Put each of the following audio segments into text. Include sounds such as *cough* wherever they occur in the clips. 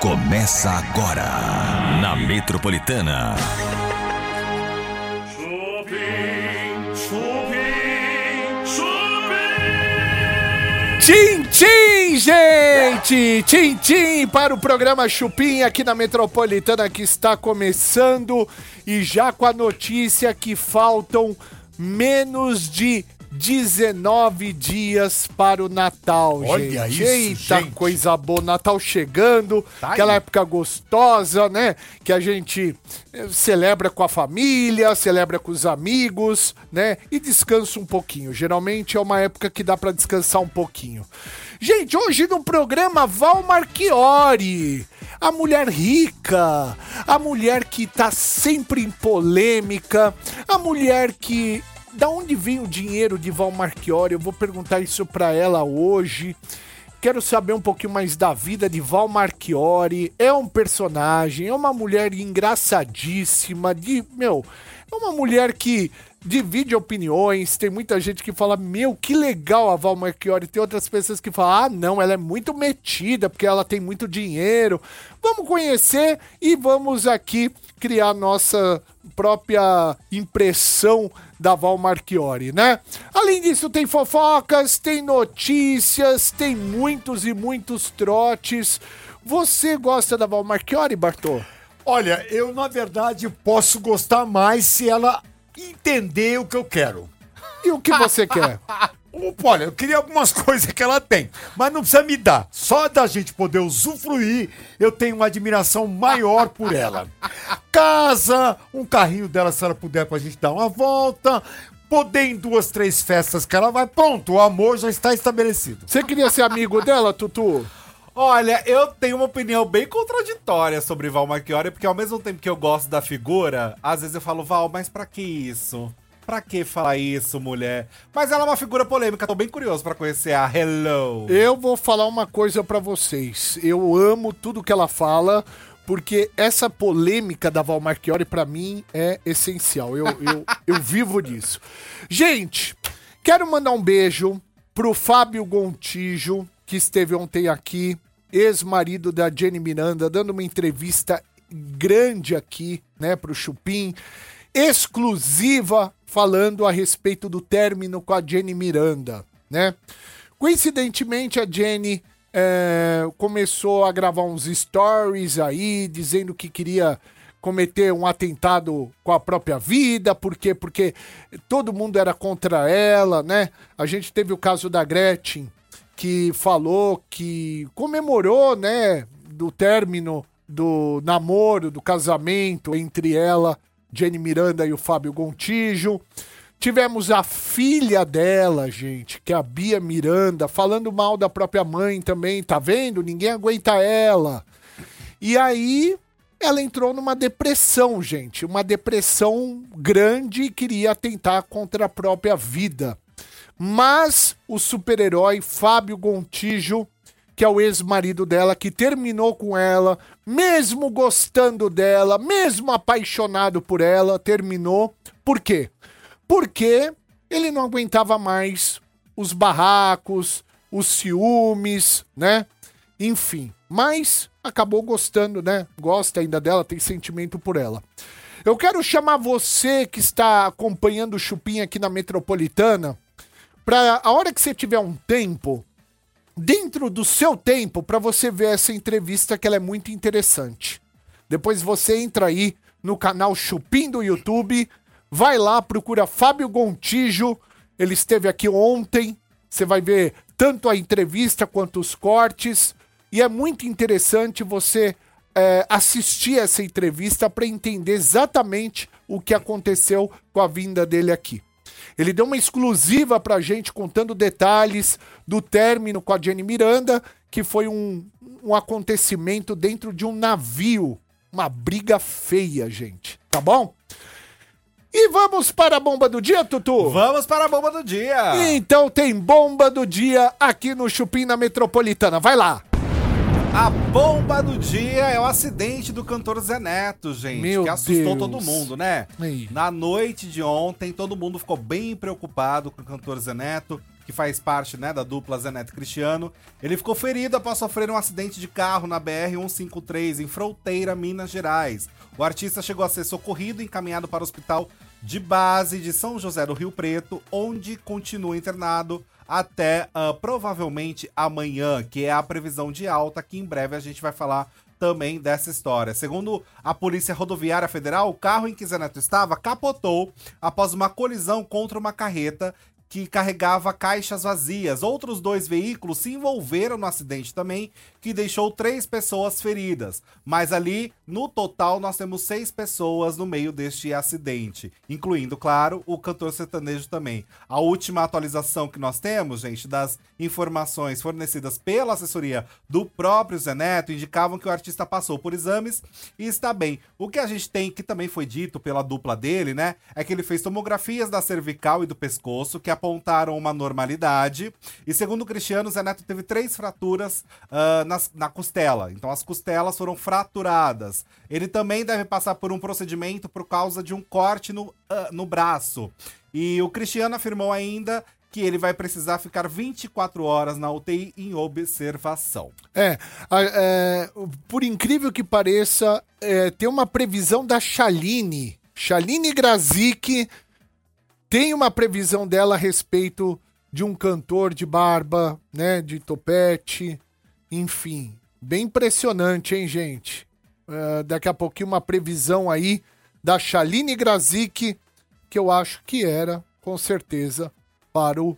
Começa agora na Metropolitana. Chupim, chupim, chupim. Tchim, tchim, gente! Tchim, tchim para o programa Chupim aqui na Metropolitana que está começando e já com a notícia que faltam menos de 19 dias para o Natal, Olha gente. isso, Eita, gente. coisa boa, Natal chegando, Tá aquela aí. época gostosa, né? Que a gente eh, celebra com a família, celebra com os amigos, né? E descansa um pouquinho. Geralmente é uma época que dá pra descansar um pouquinho. Gente, hoje no programa Val Marchiori, a mulher rica, a mulher que tá sempre em polêmica, a mulher que da onde vem o dinheiro de Val Marchiori? Eu vou perguntar isso pra ela hoje. Quero saber um pouquinho mais da vida de Val Marchiori. É um personagem, é uma mulher engraçadíssima, de, meu, é uma mulher que divide opiniões. Tem muita gente que fala: "Meu, que legal a Val Marchiori". Tem outras pessoas que falam: "Ah, não, ela é muito metida porque ela tem muito dinheiro". Vamos conhecer e vamos aqui criar nossa própria impressão da Val Marchiori, né? Além disso, tem fofocas, tem notícias, tem muitos e muitos trotes. Você gosta da Val Marchiori, Bartô? Olha, eu na verdade posso gostar mais se ela entender o que eu quero. E o que você quer? Ou, Olha, eu queria algumas *laughs* coisas que ela tem, mas não precisa me dar. Só da gente poder usufruir, eu tenho uma admiração maior por ela. Casa, um carrinho dela, se ela puder, pra gente dar uma volta. Poder em duas, três festas que ela vai. Pronto, o amor já está estabelecido. Você queria ser amigo dela, Tutu? Olha, eu tenho uma opinião bem contraditória sobre Val Marchiori, porque ao mesmo tempo que eu gosto da figura, às vezes eu falo, Val, mas pra que isso? Pra que falar isso, mulher? Mas ela é uma figura polêmica, tô bem curioso pra conhecer a Hello. Eu vou falar uma coisa pra vocês. Eu amo tudo que ela fala, porque essa polêmica da Val Marchiori pra mim é essencial. Eu, eu, eu vivo disso. Gente, quero mandar um beijo pro Fábio Gontijo, que esteve ontem aqui, ex-marido da Jenny Miranda, dando uma entrevista grande aqui, né, pro Chupim, exclusiva falando a respeito do término com a Jenny Miranda, né? Coincidentemente, a Jenny é, começou a gravar uns stories aí, dizendo que queria cometer um atentado com a própria vida, por quê? Porque todo mundo era contra ela, né? A gente teve o caso da Gretchen, que falou que comemorou, né, do término do namoro, do casamento entre ela, Jenny Miranda e o Fábio Gontijo. Tivemos a filha dela, gente, que é a Bia Miranda, falando mal da própria mãe também, tá vendo? Ninguém aguenta ela. E aí ela entrou numa depressão, gente, uma depressão grande e queria atentar contra a própria vida. Mas o super-herói Fábio Gontijo, que é o ex-marido dela, que terminou com ela, mesmo gostando dela, mesmo apaixonado por ela, terminou. Por quê? Porque ele não aguentava mais os barracos, os ciúmes, né? Enfim, mas acabou gostando, né? Gosta ainda dela, tem sentimento por ela. Eu quero chamar você que está acompanhando o Chupim aqui na Metropolitana para a hora que você tiver um tempo, dentro do seu tempo, para você ver essa entrevista que ela é muito interessante. Depois você entra aí no canal Chupim do YouTube, vai lá, procura Fábio Gontijo, ele esteve aqui ontem, você vai ver tanto a entrevista quanto os cortes, e é muito interessante você é, assistir essa entrevista para entender exatamente o que aconteceu com a vinda dele aqui. Ele deu uma exclusiva pra gente contando detalhes do término com a Jenny Miranda, que foi um, um acontecimento dentro de um navio. Uma briga feia, gente. Tá bom? E vamos para a bomba do dia, Tutu? Vamos para a bomba do dia! Então tem bomba do dia aqui no Chupim na Metropolitana. Vai lá. A bomba do dia é o acidente do cantor Zé Neto, gente, Meu que assustou Deus. todo mundo, né? Ei. Na noite de ontem, todo mundo ficou bem preocupado com o cantor Zé Neto, que faz parte né, da dupla Zeneto e Cristiano. Ele ficou ferido após sofrer um acidente de carro na BR-153, em Fronteira, Minas Gerais. O artista chegou a ser socorrido e encaminhado para o hospital de base de São José do Rio Preto, onde continua internado até ah, provavelmente amanhã, que é a previsão de alta, que em breve a gente vai falar também dessa história. Segundo a Polícia Rodoviária Federal, o carro em que Zeneto estava capotou após uma colisão contra uma carreta que carregava caixas vazias. Outros dois veículos se envolveram no acidente também, que deixou três pessoas feridas. Mas ali, no total, nós temos seis pessoas no meio deste acidente, incluindo, claro, o cantor sertanejo também. A última atualização que nós temos, gente, das informações fornecidas pela assessoria do próprio Zeneto, indicavam que o artista passou por exames e está bem. O que a gente tem, que também foi dito pela dupla dele, né, é que ele fez tomografias da cervical e do pescoço, que apontaram uma normalidade. E segundo o Cristiano, o Zeneto teve três fraturas ah, nas- na costela. Então as costelas foram fraturadas. Ele também deve passar por um procedimento por causa de um corte no, ah, no braço. E o Cristiano afirmou ainda que ele vai precisar ficar 24 horas na UTI em observação. É, a- é, o- por incrível que pareça, é, tem uma previsão da Chaline. Chaline Grazik tem uma previsão dela a respeito de um cantor de barba, né? De topete, enfim. Bem impressionante, hein, gente? É, daqui a pouquinho uma previsão aí da Chaline Grazik, que eu acho que era, com certeza, para o,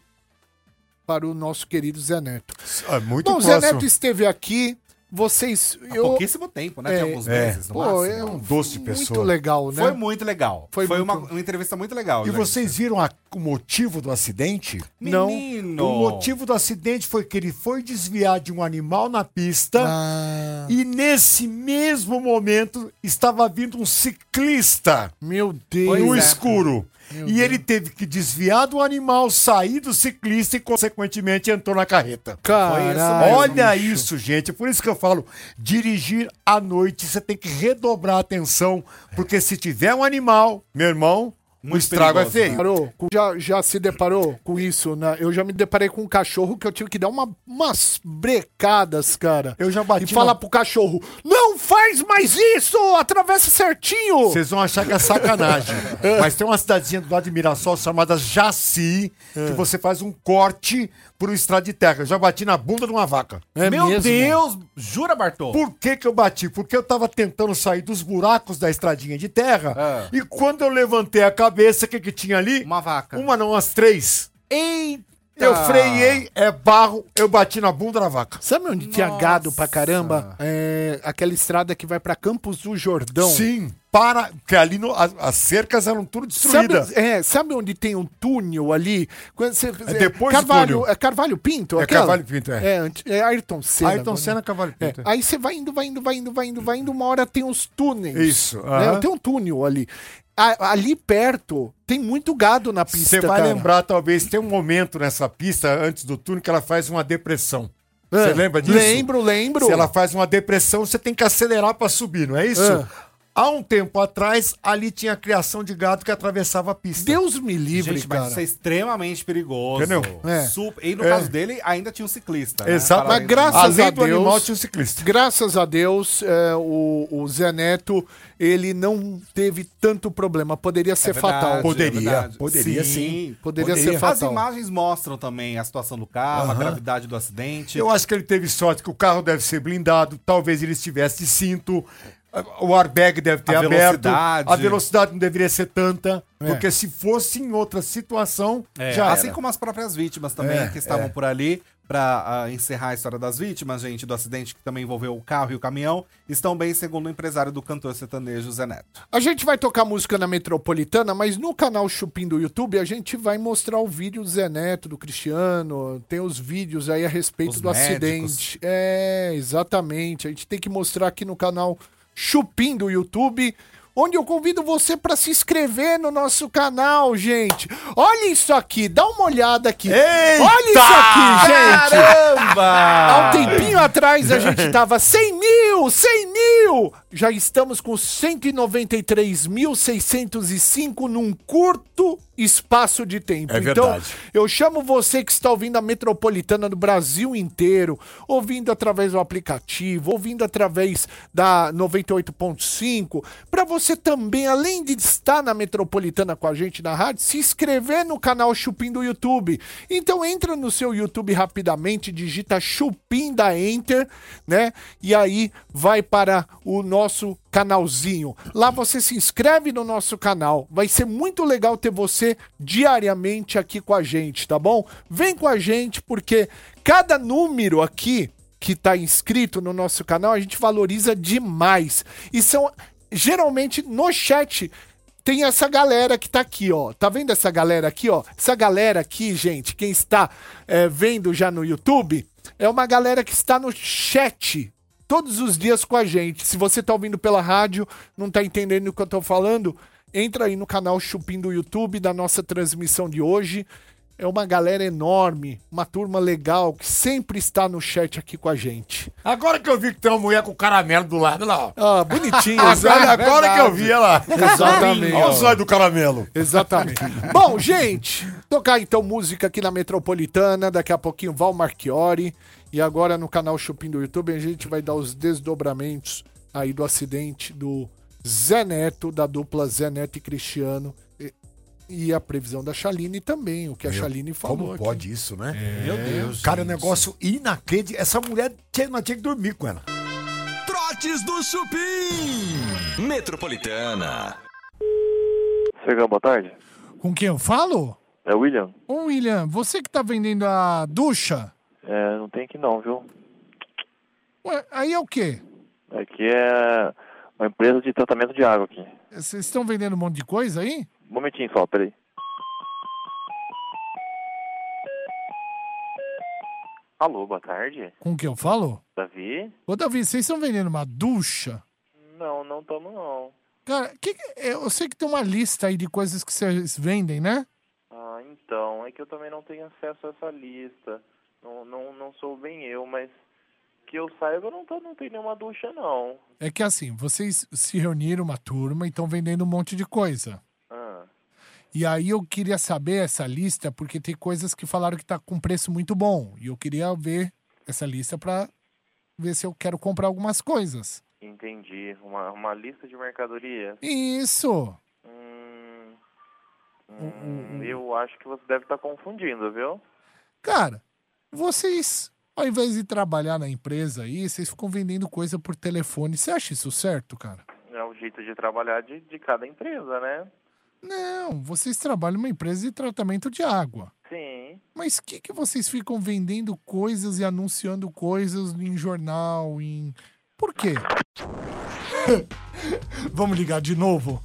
para o nosso querido Zé Neto. É muito Bom, o Zé próximo. Neto esteve aqui. Vocês. Há Eu, pouquíssimo tempo, né? É, de alguns é. meses, no pô, máximo. é um doce Muito pessoa. legal, né? Foi um muito legal. Foi Foi, uma, muito- uma entrevista muito legal. E gente. vocês viram a- o motivo do acidente? Não. Menino! O motivo do acidente foi que ele foi desviar de um animal na pista Ah, e nesse mesmo momento estava vindo um ciclista meu Pois no é. Deus. escuro. Meu e Deus. ele teve que desviar do animal, sair do ciclista e, consequentemente, entrou na carreta. Caralho, Olha bicho. isso, gente. Por isso que eu falo, dirigir à noite, você tem que redobrar a atenção, É. porque se tiver um animal, meu irmão, o Muito estrago perigoso, é feio. Parou? Com- Já, já se deparou com isso? né? Eu já me deparei com um cachorro que eu tive que dar uma, umas brecadas, cara. Eu já bati E falar na- pro cachorro: não faz mais isso! Atravessa certinho! Vocês vão achar que é sacanagem. Mas tem uma cidadezinha do lado de Mirassol chamada Jaci, que você faz um corte por um estrada de terra. Eu já bati na bunda de uma vaca. É Meu mesmo? Deus! Jura, Bartô? Por que, que eu bati? Porque eu tava tentando sair dos buracos da estradinha de terra. Ah. E quando eu levantei a cabeça, o que, que tinha ali? Uma vaca. Uma não, umas três. Eita! Eu freiei, é barro, eu bati na bunda da vaca. Sabe onde tinha Nossa. gado pra caramba? É, aquela estrada que vai pra Campos do Jordão. Sim, para. Porque ali no- as, as cercas eram tudo destruídas. Sabe, é, sabe onde tem um túnel ali? Quando você, É depois do Carvalho, túnel. é Carvalho Pinto? É aquela? Carvalho Pinto, é. É, anti- é Ayrton Senna. Ayrton agora. Senna, Carvalho É, Pinto, é. Aí você vai indo, vai indo, vai indo, vai indo, vai indo, uma hora tem os túneis. Isso, né? aham. Tem um túnel ali. A- ali perto tem muito gado na pista, Você vai cara. lembrar, talvez, tem um momento nessa pista, antes do túnel, que ela faz uma depressão. Você Ah, lembra disso? Lembro, lembro. Se ela faz uma depressão, você tem que acelerar pra subir, não é isso? Ah. Há um tempo atrás, ali tinha a criação de gado que atravessava a pista. Deus me livre, Gente, mas cara. isso é extremamente perigoso. Entendeu? É. Super- E no É. caso dele, ainda tinha um ciclista. né? Exato. Mas Parabéns. graças Além a do Deus- animal, tinha um ciclista. Graças a Deus, é, o, o Zé Neto, ele não teve tanto problema. Poderia ser É verdade, é fatal. Poderia, verdade. poderia sim. Poderia, ser Poderia. As fatal. imagens mostram também a situação do carro, a gravidade do acidente. Eu acho que ele teve sorte que o carro deve ser blindado, talvez ele estivesse de cinto, o airbag deve ter A aberto. velocidade. A velocidade não deveria ser tanta, É. porque se fosse em outra situação, É, já assim era. como as próprias vítimas também É, que estavam por ali para encerrar a história das vítimas, gente, do acidente que também envolveu o carro e o caminhão, estão bem, segundo o empresário do cantor sertanejo Zé Neto. A gente vai tocar música na Metropolitana, mas no canal Chupim do YouTube a gente vai mostrar o vídeo do Zé Neto, do Cristiano, tem os vídeos aí a respeito Os do médicos. acidente. É, exatamente. A gente tem que mostrar aqui no canal Chupim do YouTube, onde eu convido você pra se inscrever no nosso canal, gente. Olha isso aqui, dá uma olhada aqui. Olha isso aqui, gente. Há um Ah. Caramba! tempinho atrás a gente tava 100 mil, 100 mil! Já estamos com 193.605 num curto espaço de tempo. É então, verdade. eu chamo você que está ouvindo a Metropolitana do Brasil inteiro, ouvindo através do aplicativo, ouvindo através da 98.5, para você também, além de estar na Metropolitana com a gente na rádio, se inscrever no canal Chupim do YouTube. Então, entra no seu YouTube rapidamente, digita Chupim da Enter, né? E aí vai para o nosso canalzinho. Lá você se inscreve no nosso canal. Vai ser muito legal ter você diariamente aqui com a gente, tá bom? Vem com a gente porque cada número aqui que tá inscrito no nosso canal, a gente valoriza demais. E são geralmente no chat tem essa galera que tá aqui, ó. Tá vendo essa galera aqui, ó? Essa galera aqui, gente, quem está é, vendo já no YouTube, é uma galera que está no chat todos os dias com a gente. Se você tá ouvindo pela rádio, não tá entendendo o que eu tô falando, entra aí no canal Chupim do YouTube da nossa transmissão de hoje. É uma galera enorme, uma turma legal que sempre está no chat aqui com a gente. Agora que eu vi que tem uma mulher com caramelo do lado, olha lá, ó. Ah, né? bonitinho. Agora, *laughs* agora que eu vi, olha lá. Exatamente. Olha o zóio do caramelo. Exatamente. *laughs* Bom, gente, tocar então música aqui na Metropolitana, daqui a pouquinho Val Marchiori. E agora no canal Chupim do YouTube a gente vai dar os desdobramentos aí do acidente do Zé Neto, da dupla Zé Neto e Cristiano. E, e a previsão da Chaline também, o que a Chaline falou. Como aqui. pode isso, né? Meu Deus. Cara, é um negócio inacreditável. Essa mulher tinha, nós tinha que dormir com ela. Trotes do Chupim. Metropolitana. Chega, boa tarde. Com quem eu falo? É o William? Ô William, você que tá vendendo a ducha, É, não tem aqui não, viu? ué, aí é o quê? Aqui é uma empresa de tratamento de água aqui. Vocês estão vendendo um monte de coisa aí? Um momentinho só, peraí. Alô, boa tarde. Com quem eu falo? Davi? Ô, Davi, vocês estão vendendo uma ducha? Não, não tomo não. Cara, que que- é, eu sei que tem uma lista aí de coisas que vocês vendem, né? Ah, então, é que eu também não tenho acesso a essa lista. Não, não, não sou bem eu, mas que eu saiba, eu não, tô, não tenho nenhuma ducha, não. É que assim, vocês se reuniram uma turma e estão vendendo um monte de coisa. Ah, E aí eu queria saber essa lista, porque tem coisas que falaram que tá com preço muito bom. E eu queria ver essa lista pra ver se eu quero comprar algumas coisas. entendi. Uma, uma lista de mercadoria. Isso! Hum, hum, eu acho que você deve estar confundindo, viu? Cara, vocês, ao invés de trabalhar na empresa aí, vocês ficam vendendo coisa por telefone. Você acha isso certo, cara? É o jeito de trabalhar de, de cada empresa, né? Não, vocês trabalham numa empresa de tratamento de água. Sim. Mas que que vocês ficam vendendo coisas e anunciando coisas em jornal, em Por quê? *laughs* Vamos ligar de novo.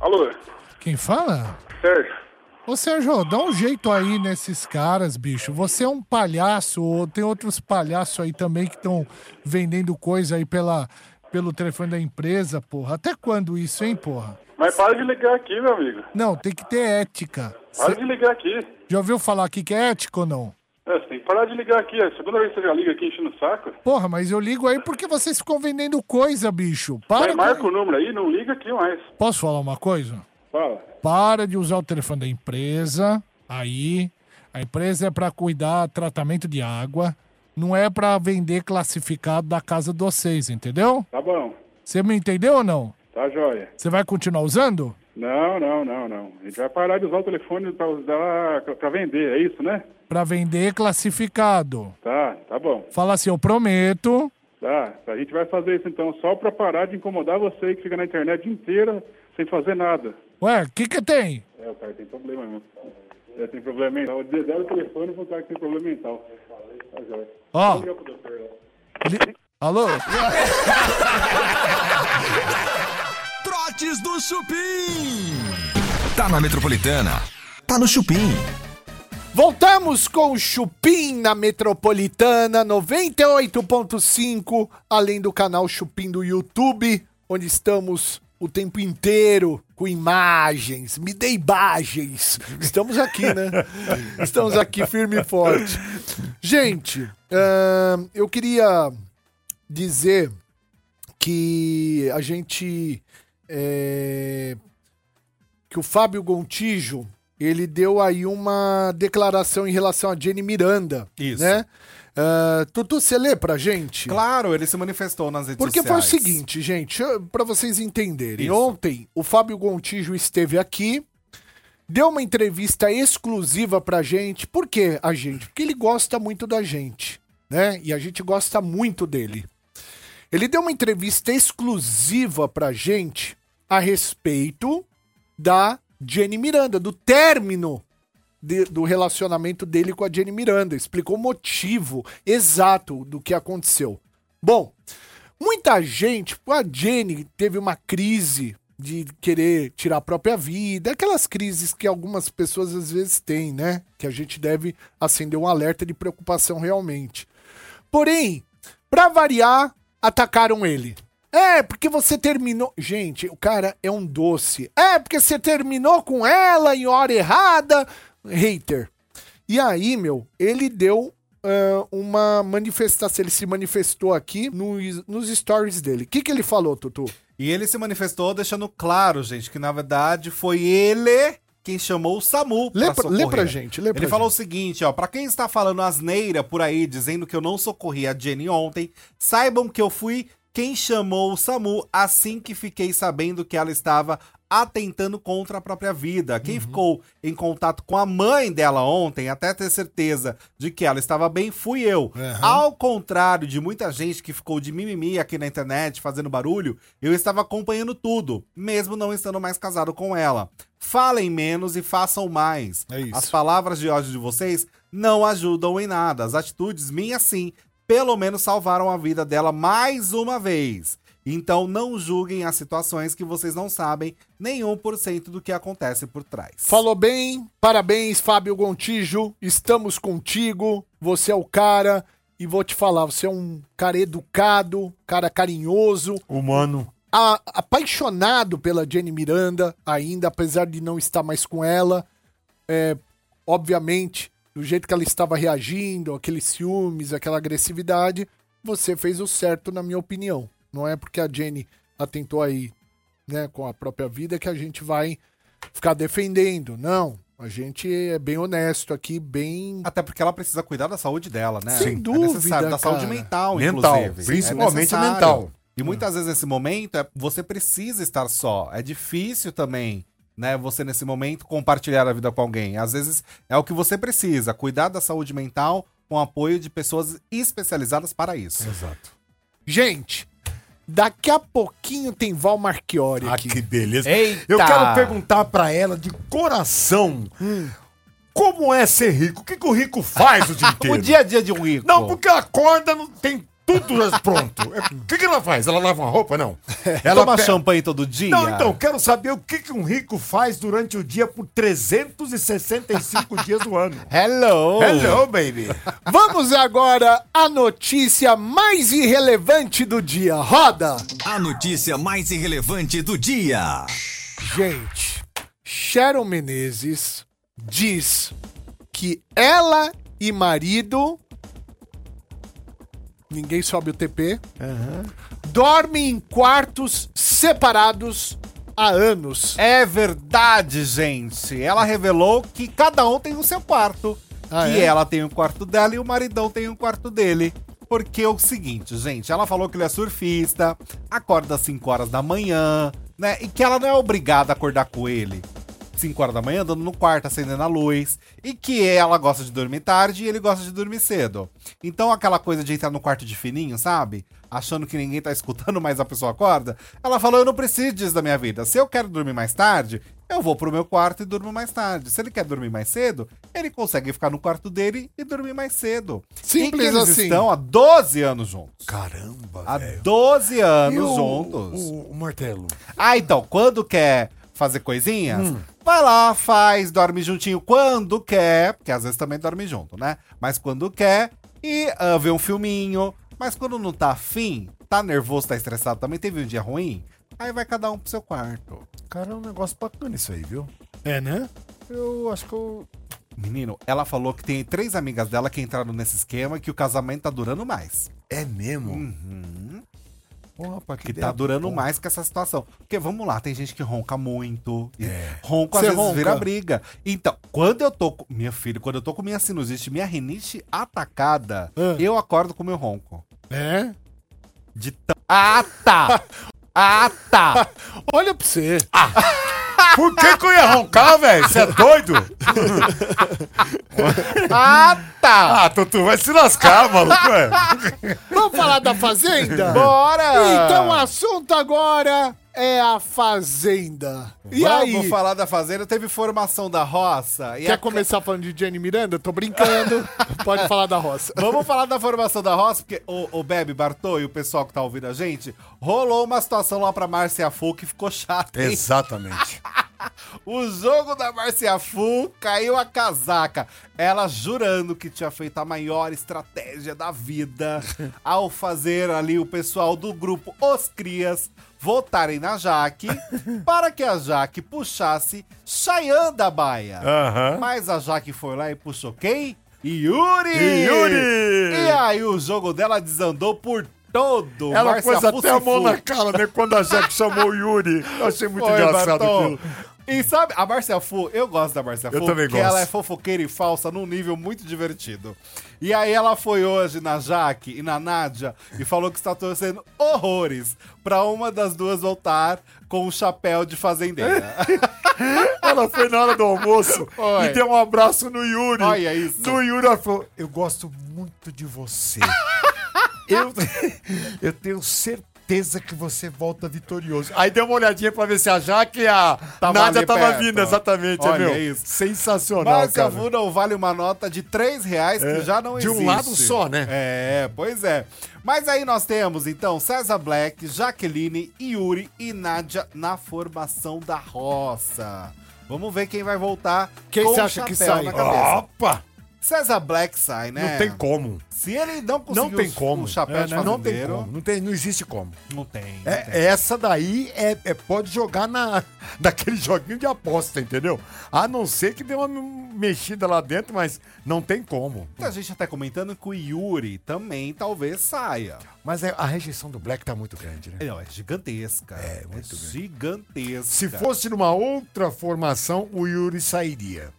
Alô, Quem fala? Sérgio? Ô Sérgio, dá um jeito aí nesses caras, bicho. Você é um palhaço, ou tem outros palhaços aí também que estão vendendo coisa aí pela, pelo telefone da empresa, porra. Até quando isso, hein, porra? Mas para de ligar aqui, meu amigo. Não, tem que ter ética. Para Cê- de ligar aqui. Já ouviu falar aqui que é ético ou não? É, você tem que parar de ligar aqui. É a segunda vez que você já liga aqui enchendo o saco. Porra, mas eu ligo aí porque vocês ficam vendendo coisa, bicho. Para. Mas com- marca o número aí, não liga aqui mais. Posso falar uma coisa? Fala. Para de usar o telefone da empresa. Aí, a empresa é pra cuidar tratamento de água, não é pra vender classificado da casa de vocês, entendeu? Tá bom. Você me entendeu ou não? Tá jóia. Você vai continuar usando? Não, não, não, não. A gente vai parar de usar o telefone pra, usar, pra vender, é isso, né? Pra vender classificado. Tá, tá bom. Fala assim, eu prometo. Tá. A gente vai fazer isso então só pra parar de incomodar você aí que fica na internet o dia inteira sem fazer nada. Ué, o que que tem? É, o cara tem problema mesmo. É, tem problema mental. Zero o telefone pro cara que tem problema mental. Tá jóia. Ó, Liga pro doutor lá. li- alô? Trotes do Chupim. Tá na Metropolitana. Tá no Chupim. Voltamos com o Chupim na Metropolitana 98.5, além do canal Chupim do YouTube, onde estamos o tempo inteiro com imagens, me dê imagens. Estamos aqui, né? Estamos aqui firme e forte. Gente, ahn, eu queria dizer que a gente é, que o Fábio Gontijo, ele deu aí uma declaração em relação a Jenny Miranda. Isso. Né? Ah, Tutu, você lê pra gente? Claro, ele se manifestou nas redes Porque foi o sociais. seguinte, gente, eu- pra vocês entenderem. Isso. Ontem, o Fábio Gontijo esteve aqui, deu uma entrevista exclusiva pra gente. Por que a gente? Porque ele gosta muito da gente, né? E a gente gosta muito dele. Ele deu uma entrevista exclusiva pra gente a respeito da Jenny Miranda, do término de- do relacionamento dele com a Jenny Miranda. Explicou o motivo exato do que aconteceu. Bom, muita gente, a Jenny teve uma crise de querer tirar a própria vida, aquelas crises que algumas pessoas às vezes têm, né? Que a gente deve acender um alerta de preocupação realmente. Porém, pra variar, atacaram ele. É, porque você terminou. Gente, o cara é um doce. É, porque você terminou com ela em hora errada. Hater. E aí, meu, ele deu ah, uma manifestação. Ele se manifestou aqui nos, nos stories dele. O que, que ele falou, Tutu? E ele se manifestou deixando claro, gente, que na verdade foi ele quem chamou o SAMU Lê pra- pra lê socorrer. pra gente, lê pra Ele falou o seguinte, ó, pra quem está falando asneira por aí, dizendo que eu não socorri a Jenny ontem, saibam que eu fui quem chamou o SAMU assim que fiquei sabendo que ela estava atentando contra a própria vida. Uhum. Quem ficou em contato com a mãe dela ontem, até ter certeza de que ela estava bem, fui eu. Ao contrário de muita gente que ficou de mimimi aqui na internet fazendo barulho, eu estava acompanhando tudo, mesmo não estando mais casado com ela. Falem menos e façam mais. É isso. As palavras de ódio de vocês não ajudam em nada. As atitudes minhas, sim, pelo menos salvaram a vida dela mais uma vez. Então não julguem as situações que vocês não sabem nenhum por cento do que acontece por trás. Falou bem, parabéns, Fábio Gontijo. Estamos contigo. Você é o cara. E vou te falar, você é um cara educado, cara carinhoso, Humano. a- apaixonado pela Jenny Miranda, ainda, apesar de não estar mais com ela. É, obviamente, do jeito que ela estava reagindo, aqueles ciúmes, aquela agressividade, você fez o certo, na minha opinião. Não é porque a Jenny atentou aí, né, com a própria vida que a gente vai ficar defendendo. Não. A gente é bem honesto aqui, bem. Até porque ela precisa cuidar da saúde dela, né? Sem É dúvida, necessário, da cara. saúde mental, Mental, inclusive. É principalmente necessário. mental. E muitas vezes nesse momento é- você precisa estar só. É difícil também, né? Você nesse momento compartilhar a vida com alguém. Às vezes é o que você precisa, cuidar da saúde mental com apoio de pessoas especializadas para isso. Exato. Gente, daqui a pouquinho tem Val Marchiori Ah, aqui. que beleza. Eita! Eu quero perguntar pra ela de coração como é ser rico? O que, que o rico faz *laughs* o dia inteiro? O dia a dia de um rico. Não, porque ela acorda, não tem tudo já *laughs* pronto. É, O que, que ela faz? Ela lava uma roupa? *laughs* Não. Ela toma pe- champanhe todo dia. Não, então, quero saber o que, que um rico faz durante o dia por *laughs* 365 dias do ano. Hello! Hello, baby. Vamos agora à notícia mais irrelevante do dia. Roda! A notícia mais irrelevante do dia. Gente, Sharon Menezes diz que ela e marido. Ninguém sobe o TP. Dormem em quartos separados há anos. É verdade, gente. Ela revelou que cada um tem o seu quarto. Ah, que é? ela tem o quarto dela e o maridão tem o quarto dele. Porque é o seguinte, gente, ela falou que ele é surfista, acorda às 5 horas da manhã, né? E que ela não é obrigada a acordar com ele. 5 horas da manhã, andando no quarto, acendendo a luz. E que ela gosta de dormir tarde e ele gosta de dormir cedo. Então, aquela coisa de entrar no quarto de fininho, sabe? Achando que ninguém tá *laughs* escutando, mas a pessoa acorda. Ela falou: Eu não preciso disso da minha vida. Se eu quero dormir mais tarde, eu vou pro meu quarto e durmo mais tarde. Se ele quer dormir mais cedo, ele consegue ficar no quarto dele e dormir mais cedo. Simples e que eles assim. estão há 12 anos juntos. Caramba, Há velho. 12 anos E o- juntos. O, o martelo. Ah, então, quando quer fazer coisinhas, vai lá, faz, dorme juntinho quando quer, porque às vezes também dorme junto, né? Mas quando quer, e ah, vê um filminho. Mas quando não tá afim, tá nervoso, tá estressado também, teve um dia ruim, aí vai cada um pro seu quarto. Cara, é um negócio bacana isso aí, viu? É, né? Eu acho que eu. Menino, ela falou que tem três amigas dela que entraram nesse esquema e que o casamento tá durando mais. É mesmo? Porra, rapaz, Que tá durando mais que essa situação. Porque vamos lá, tem gente que ronca muito. E É. Ronco às Você vezes ronca? vira briga. Então, quando eu tô com. Minha filha, quando eu tô com minha sinusite, minha rinite atacada, Ah. eu acordo com meu ronco. É? De tão. Ah, tá! Ah, tá! Olha pra você. Por que, que eu ia roncar, velho? Você é doido? *laughs* Ah, tá! Ah, Tutu, vai se lascar, maluco. é. Vamos falar da *laughs* Fazenda? Bora! Então o assunto agora é a Fazenda. E Vamos aí? falar da fazenda. Teve formação da roça. E Quer a- começar falando de Jenny Miranda? Tô *laughs* brincando. Pode falar da roça. Vamos falar da formação da roça, porque o, o Bebe Bartô e o pessoal que tá ouvindo a gente, rolou uma situação lá pra Márcia Fu que ficou chata. hein? Exatamente. O jogo da Marcia Fu caiu a casaca. Ela jurando que tinha feito a maior estratégia da *laughs* vida ao fazer ali o pessoal do grupo Os Crias votarem na *laughs* Jaque para que a Jaque puxasse Chayanne da Baia. Aham. Mas a Jaque foi lá e puxou quem? Yuri! Yuri! E aí o jogo dela desandou por todo. Ela Márcia pôs Fu até a se mão fu- na cara, né? Quando a Jaque chamou o Yuri. Eu achei muito Foi, engraçado Bartol. aquilo. E sabe, a Marcia Fu, eu gosto da Marcia Fu, Eu também porque gosto. ela é fofoqueira e falsa num nível muito divertido. E aí ela foi hoje na Jaque e na Nádia e falou que está torcendo horrores pra uma das duas voltar com o chapéu de *laughs* fazendeira. Ela foi na hora do almoço Foi. e deu um abraço no Yuri. Olha isso. No Yuri, ela falou: Eu gosto muito *laughs* de você. eu, *laughs* eu tenho certeza que você volta vitorioso. Aí deu uma olhadinha pra ver se a Jaque e a Tava Nádia ali tava perto. vindo, exatamente. Olha meu. isso. Sensacional, Márcia cara. Fu não vale uma nota de 3 reais que um É, já não de um existe. lado só, né? É, pois é. Mas aí nós temos, então, César Black, Jaqueline, Yuri e Nádia na formação da roça. Vamos ver quem vai voltar. Quem com você o acha que chapéu sai? Na cabeça. Opa! César Black sai, né? Não tem como. Se ele não conseguir Não tem o- como. o chapéu É, de né? não tem fazendeiro, como. Não, tem, não existe como. Não tem. não tem. É, essa daí é, é- pode jogar na, *laughs* naquele joguinho de aposta, entendeu? A não ser que dê uma mexida lá dentro, mas não tem como. Muita gente até comentando que o Yuri também talvez saia. Mas é- a rejeição do Black tá muito grande, né? Não, é gigantesca. É, muito Gigantesca. Se fosse numa outra formação, o Yuri sairia.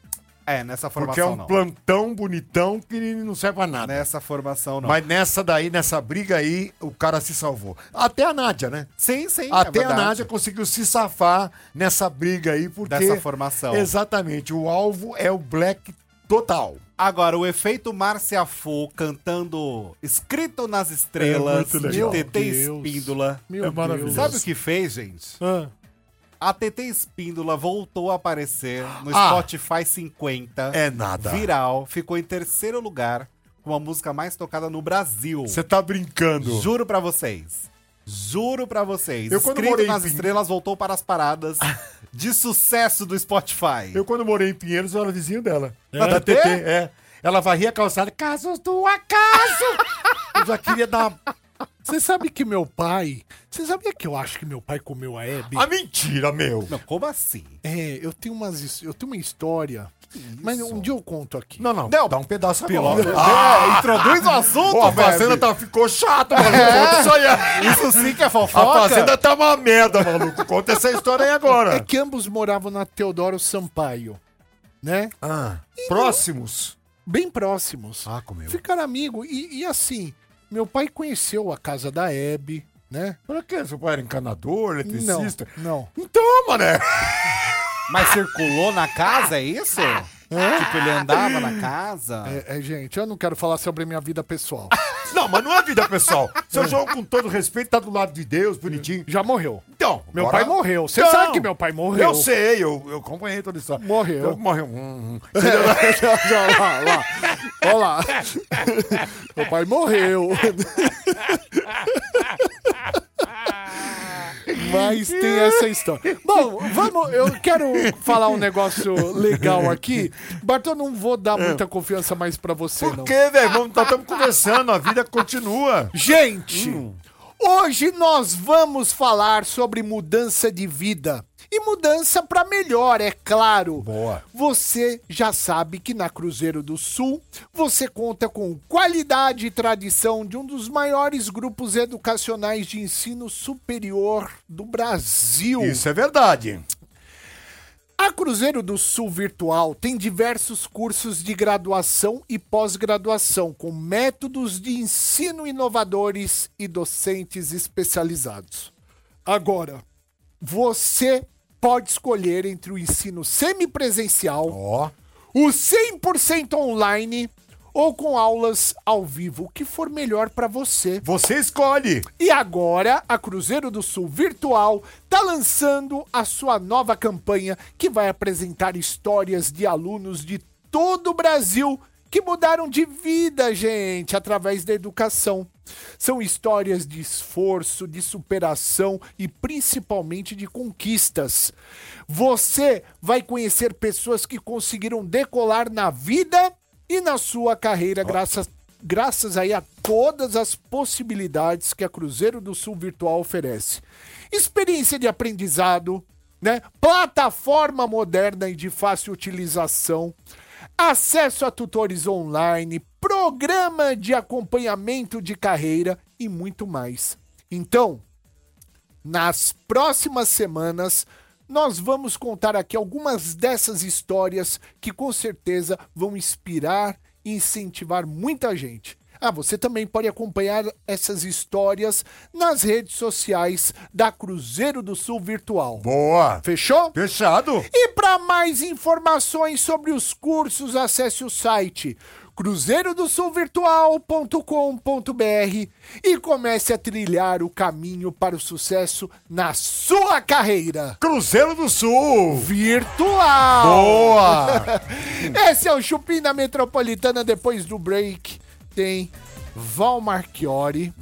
É, nessa Porque é formação um não. plantão bonitão que não serve pra nada. Nessa formação não. Mas nessa daí, nessa briga aí, o cara se salvou. Até a Nádia, né? Sim, sim. é Até a verdade. Nádia conseguiu se safar nessa briga aí, porque. Dessa formação. Exatamente. O alvo é o Black total. Agora, o efeito Márcia Fu cantando Escrito nas Estrelas, É muito de legal. TT Meu Deus. Espíndola. É Meu Deus. Sabe o que fez, gente? Ah, A TT Espíndola voltou a aparecer no Ah. Spotify 50. É nada. Viral. Ficou em terceiro lugar com a música mais tocada no Brasil. Você tá brincando. Juro pra vocês. Juro pra vocês. Eu, quando Escrito morei em nas Pin- Estrelas voltou para as *laughs* paradas de sucesso do Spotify. Eu, quando morei em Pinheiros, eu era vizinho dela. Da Da TT? TT, é. Ela varria a calçada, casos do acaso! eu já *laughs* queria dar. Você sabe que meu pai. Você sabia que eu acho que meu pai comeu a Hebe? A ah, mentira, meu! Não, como assim? É, eu tenho umas. his- Eu tenho uma história. Mas um dia eu conto aqui. Tá Não, não. Não, Dá um pedaço Piloto. agora. É, introduz o assunto, Pô, a velho. fazenda tá, ficou chata, maluco. Conta isso aí. É. Isso sim que é fofoca. A fazenda tá uma merda, maluco. Conta essa história aí É agora. que ambos moravam na Teodoro Sampaio, né? Ah, próximos. Bem próximos. Ah, comeu. Ficaram amigos. E, e assim, meu pai conheceu a casa da Hebe, né? Pra quê? Seu pai era encanador, eletricista? Não, Então, mané. Mas circulou na casa, é isso? Tipo, ele andava na casa? É, é, gente, eu não quero falar sobre a minha vida pessoal. Não, mas não é vida pessoal. Seu João, com todo respeito, tá do lado de Deus, bonitinho. Já morreu. Então, Meu agora- pai morreu. Você Não. sabe que meu pai morreu. Eu sei, eu, eu acompanhei toda a história. Morreu. *laughs* Então, morreu. Hum, hum. já, já, lá, lá. Ó lá. *laughs* Meu pai morreu. Mas tem essa história. Bom, vamos. Eu quero falar um negócio legal aqui. Bartô, eu não vou dar muita confiança mais pra você, Por não. quê, velho? Vamos- Nós estamos conversando, a vida continua. Hum. Gente, hoje nós vamos falar sobre mudança de vida. E mudança pra melhor, é claro. Boa. Você já sabe que na Cruzeiro do Sul você conta com qualidade e tradição de um dos maiores grupos educacionais de ensino superior do Brasil. Isso é verdade. A Cruzeiro do Sul Virtual tem diversos cursos de graduação e pós-graduação, com métodos de ensino inovadores e docentes especializados. Agora, você pode escolher entre o ensino semipresencial, Ó. o 100% online ou com aulas ao vivo, o que for melhor para você. Você escolhe. E agora, a Cruzeiro do Sul Virtual está lançando a sua nova campanha que vai apresentar histórias de alunos de todo o Brasil que mudaram de vida, gente, através da educação. São histórias de esforço, de superação e principalmente de conquistas. Você vai conhecer pessoas que conseguiram decolar na vida e na sua carreira graças graças aí a todas as possibilidades que a Cruzeiro do Sul Virtual oferece. Experiência de aprendizado, né? Plataforma moderna e de fácil utilização, acesso a tutores online, programa de acompanhamento de carreira e muito mais. Então, nas próximas semanas, nós vamos contar aqui algumas dessas histórias que com certeza vão inspirar e incentivar muita gente. Ah, você também pode acompanhar essas histórias nas redes sociais da Cruzeiro do Sul Virtual. Boa. Fechou? Fechado. E para mais informações sobre os cursos, acesse o site cruzeirodosulvirtual.com.br e comece a trilhar o caminho para o sucesso na sua carreira Cruzeiro do Sul. virtual. Boa. Esse é o Chupim da Metropolitana. Depois do break tem Val Marchiori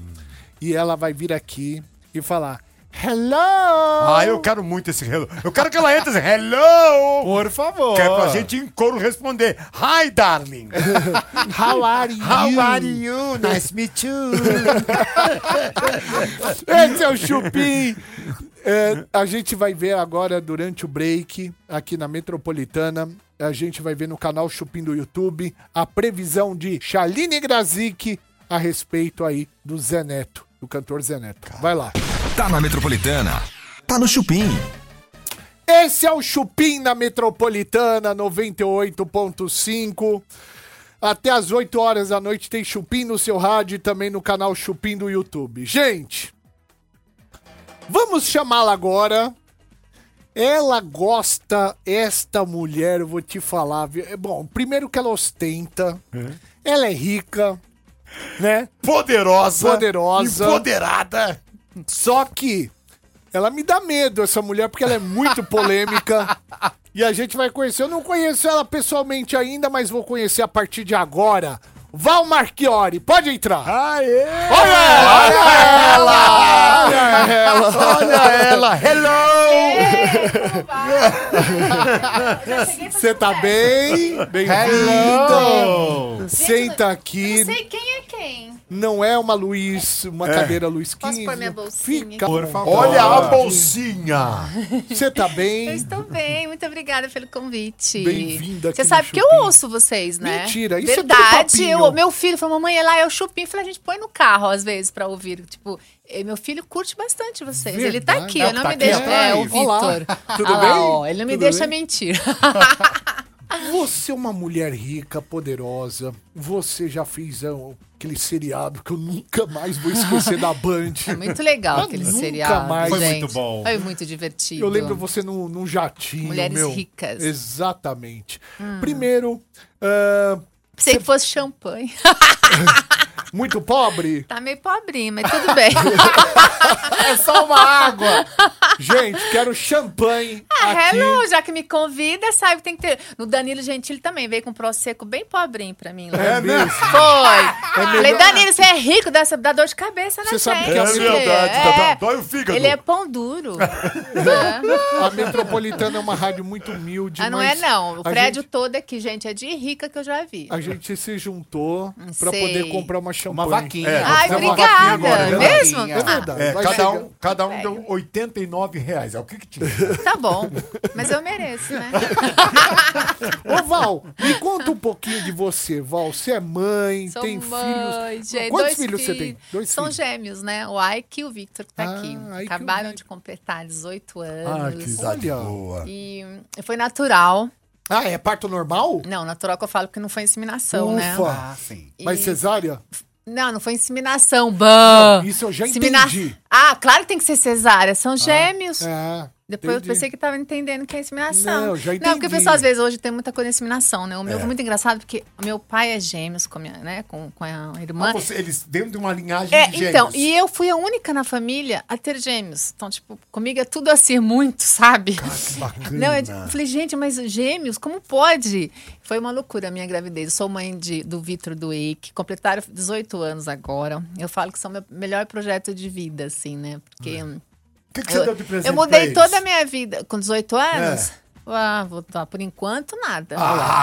e ela vai vir aqui e falar Hello! Ah, eu quero muito esse hello. Eu quero que ela entre assim, hello. Por favor. Que é pra gente em coro responder. Hi, darling. How are you? How are you? Nice to meet you. *laughs* Esse é o Chupim. É, a gente vai ver agora durante o break aqui na Metropolitana. A gente vai ver no canal Chupim do YouTube a previsão de Shaline Grazik a respeito aí do Zé Neto, do cantor Zé Neto. Vai lá. Tá na Metropolitana. Tá no Chupim. Esse é o Chupim na Metropolitana 98.5. Até às 8 horas da noite tem Chupim no seu rádio e também no canal Chupim do YouTube. Gente, vamos chamá-la agora. Ela gosta, esta mulher, eu vou te falar. viu? É, Bom, primeiro que ela ostenta, ela é rica, né? Poderosa. Poderosa. Empoderada. Só que ela me dá medo, essa mulher, porque ela é muito *laughs* polêmica. e a gente vai conhecer. Eu não conheço ela pessoalmente ainda, mas vou conhecer a partir de agora. Val Marchiori, pode entrar. Aê. Olha, ela! Olha ela! Olha ela. Hello. Você tá bem? Bem-vinda! Senta aqui. Não sei quem é quem. Não é uma Luiz, uma cadeira Luiz 15. Posso pôr minha bolsinha Fica. É. Por favor. Olha a Olha. bolsinha. Você tá Eu bem? estou bem, muito obrigada pelo convite. Bem-vinda aqui Você no sabe que eu Chupim. ouço vocês, né? Mentira, isso é tudo Verdade. papinho. eu, meu filho falou, mamãe, é lá é o chupim. Eu Falei, a gente põe no carro às vezes pra ouvir. Tipo, eh, meu filho curte bastante vocês. Ele tá Verdade. aqui, Ah, eu não tá me aqui deixa. atrás. É, o Olá. Vitor. Tudo Ah lá, bem? ó, ele não me Tudo deixa bem? mentir. *laughs* Você é uma mulher rica, poderosa. Você já fez é, um- aquele seriado que eu nunca mais vou esquecer da Band. *laughs* É muito legal Mas aquele nunca seriado. mais. Foi gente. muito bom. Foi muito divertido. Eu lembro você num, num jatinho, Mulheres meu. ricas. Exatamente. Primeiro, ah, Pensei que fosse champanhe. *laughs* muito pobre. Tá meio pobrinho, mas tudo bem. É só uma água. Gente, quero champanhe. Ah, aqui. hello, já que me convida, sabe, tem que ter. No Danilo Gentili também veio com um prosecco bem pobrinho pra mim. Lá. É mesmo? Foi. É Falei, melhor- Danilo, você é rico, dá, essa- dá dor de cabeça na Você sabe gente. que é verdade, tá, É. Tatá. Dói o fígado. Ele é pão duro. É. A Metropolitana é uma rádio muito humilde. Ah, não é mas não. O a prédio gente- todo aqui, gente, é de rica que eu já vi. a gente se juntou pra Hum, sei. poder comprar uma champanhe. Uma vaquinha. É, Ai, fazer uma obrigada. vaquinha agora, é verdade. Mesmo? É verdade. É, vai cada chegar. um, cada um deu 89 reais. É o que, que *laughs* tinha? Ah, tá bom. Mas eu mereço, *laughs* né? Ô, Val, me conta um pouquinho de você, Val. Você é mãe, Sou tem mãe, filhos. gente, Quantos dois filhos você tem? Dois São filhos. gêmeos, né? O Ike e o Victor que tá Ah, aqui. Ike e o Acabaram Victor. de completar 18 Ah, que anos. idade Olha. boa. e foi natural. Ah, é parto normal? Não, natural que eu falo que não foi inseminação, né? Ufa. Ah, sim. Mas cesárea? Não, não foi inseminação. Bã. Não, isso eu já entendi. Ah, Ah, claro que tem que ser cesárea. São gêmeos. É. Depois entendi. eu pensei que tava entendendo que é inseminação. Não, já Não, porque o entendi. É. pessoal às vezes hoje tem muita coisa de inseminação, né? O meu foi muito engraçado porque meu pai é gêmeos com a minha, né? Com, com a irmã. Ah, você- eles dentro de uma linhagem É, de gêmeos. então, e eu fui a única na família a ter gêmeos. Então, tipo, comigo é tudo assim muito, sabe? Bacana. Não, eu tipo, falei, gente, mas gêmeos, como pode? Foi uma loucura a minha gravidez. Eu sou mãe de, do Vitor e do Eike, completaram 18 anos agora. Eu falo que são meu melhor projeto de vida, assim, né? Porque hum, O que, que É. você eu, deu de presente eu pra mudei eles? É. toda a minha vida. Com 18 anos, ah, vou, tá, por enquanto, nada. Ah,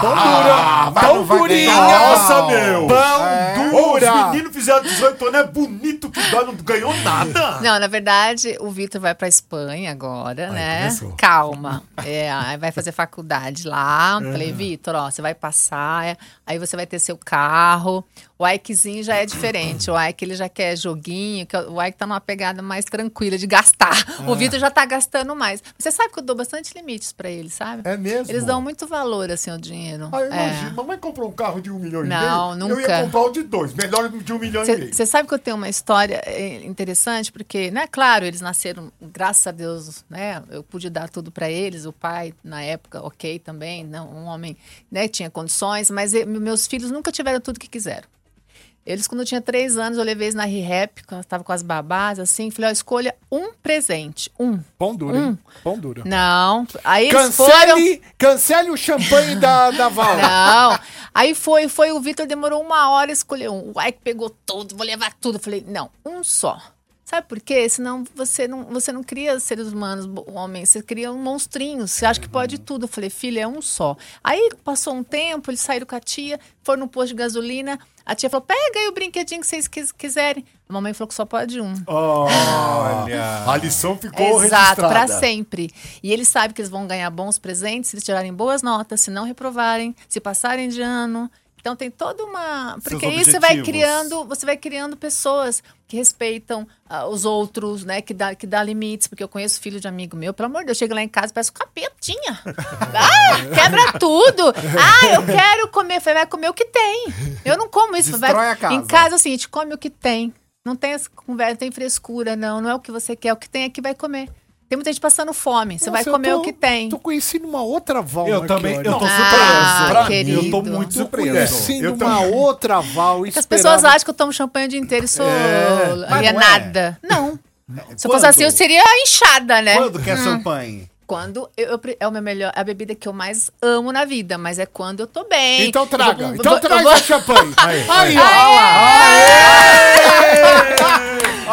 Tão dura. tão durinha. Nossa, meu! É. Pão Ô, os dura. meninos fizeram 18 anos, é bonito que dá, não ganhou nada. Não, na verdade, o Vitor vai pra Espanha agora, né? começou. *laughs* Calma. É, aí vai fazer faculdade lá. Falei, Vitor, ó, você vai passar, é, aí você vai ter seu carro. O Ikezinho já é diferente. O Ike, ele já quer joguinho, que o Ike tá numa pegada mais tranquila de gastar. Ah. O Vitor já tá gastando mais. Você sabe que eu dou bastante limites pra ele, sabe? É mesmo? Eles dão muito valor, assim, ao dinheiro. Ah, eu É. imagino. Mamãe comprou um carro de um milhão Não, e meio. Eu ia nunca. comprar o de dois. Melhor de um milhão e meio. Você sabe que eu tenho uma história eh, interessante, porque, né, claro, eles nasceram, graças a Deus, né? Eu pude dar tudo pra eles, o pai, na época, ok também, não, um homem, né, tinha condições, mas eh, meus filhos nunca tiveram tudo que quiseram. Eles, quando eu tinha três anos, eu levei eles na ReHap, quando eu tava com as babás, assim, falei, ó, escolha um presente, um. Pão dura, hein? Pão dura. Não. Aí eles foram. Cancele, cancele o champanhe da, da Val. *laughs* Não. Aí foi, foi, o Vitor demorou uma hora a escolher um. O Ike pegou todo, vou levar tudo. Eu falei, não, um só. Sabe por quê? Senão você não, você não cria seres humanos, bo- homens, você cria um monstrinho, você acha que pode tudo. Eu falei, filho, é um só. Aí passou um tempo, eles saíram com a tia, foram no posto de gasolina, a tia falou, pega aí o brinquedinho que vocês quis- quiserem. A mamãe falou que só pode um. Olha. A lição ficou Exato, registrada. pra sempre. E eles sabem que eles vão ganhar bons presentes se eles tirarem boas notas, se não reprovarem, se passarem de ano. Então tem toda uma. Porque aí você vai objetivos. criando, você vai criando pessoas que respeitam ah, os outros, né? Que dá, que dá limites. Porque eu conheço filho de amigo meu, pelo amor de Deus, chega lá em casa e peço capetinha. ah, quebra tudo. Ah, eu quero comer. Eu Falei, vai comer o que tem. Eu não como isso. Vai, Destrói a casa. Em casa é o seguinte, come o que tem. Não tem essa conversa, não tem frescura, não. Não é o que você quer, o que tem é que vai comer. Tem muita gente passando fome. Você vai Nossa, eu comer tô- o que tem. Tô conhecendo uma outra Val. Eu também, eu tô Ah, surpreso. Pra mim, eu tô querido. muito Tô surpreso. conhecendo uma outra Val. Porque as pessoas esperava- acham É que eu tomo champanhe o dia inteiro e sou. mas e é não é. nada. Não. Se eu Quando? fosse assim, eu seria inchada, né? Quando que é champanhe? Quando eu, eu pre- é o meu melhor, a bebida que eu mais amo na vida, mas é quando eu tô bem. Então traga. Eu vou- então vou- traz eu vou- a champanhe. Aí, ó.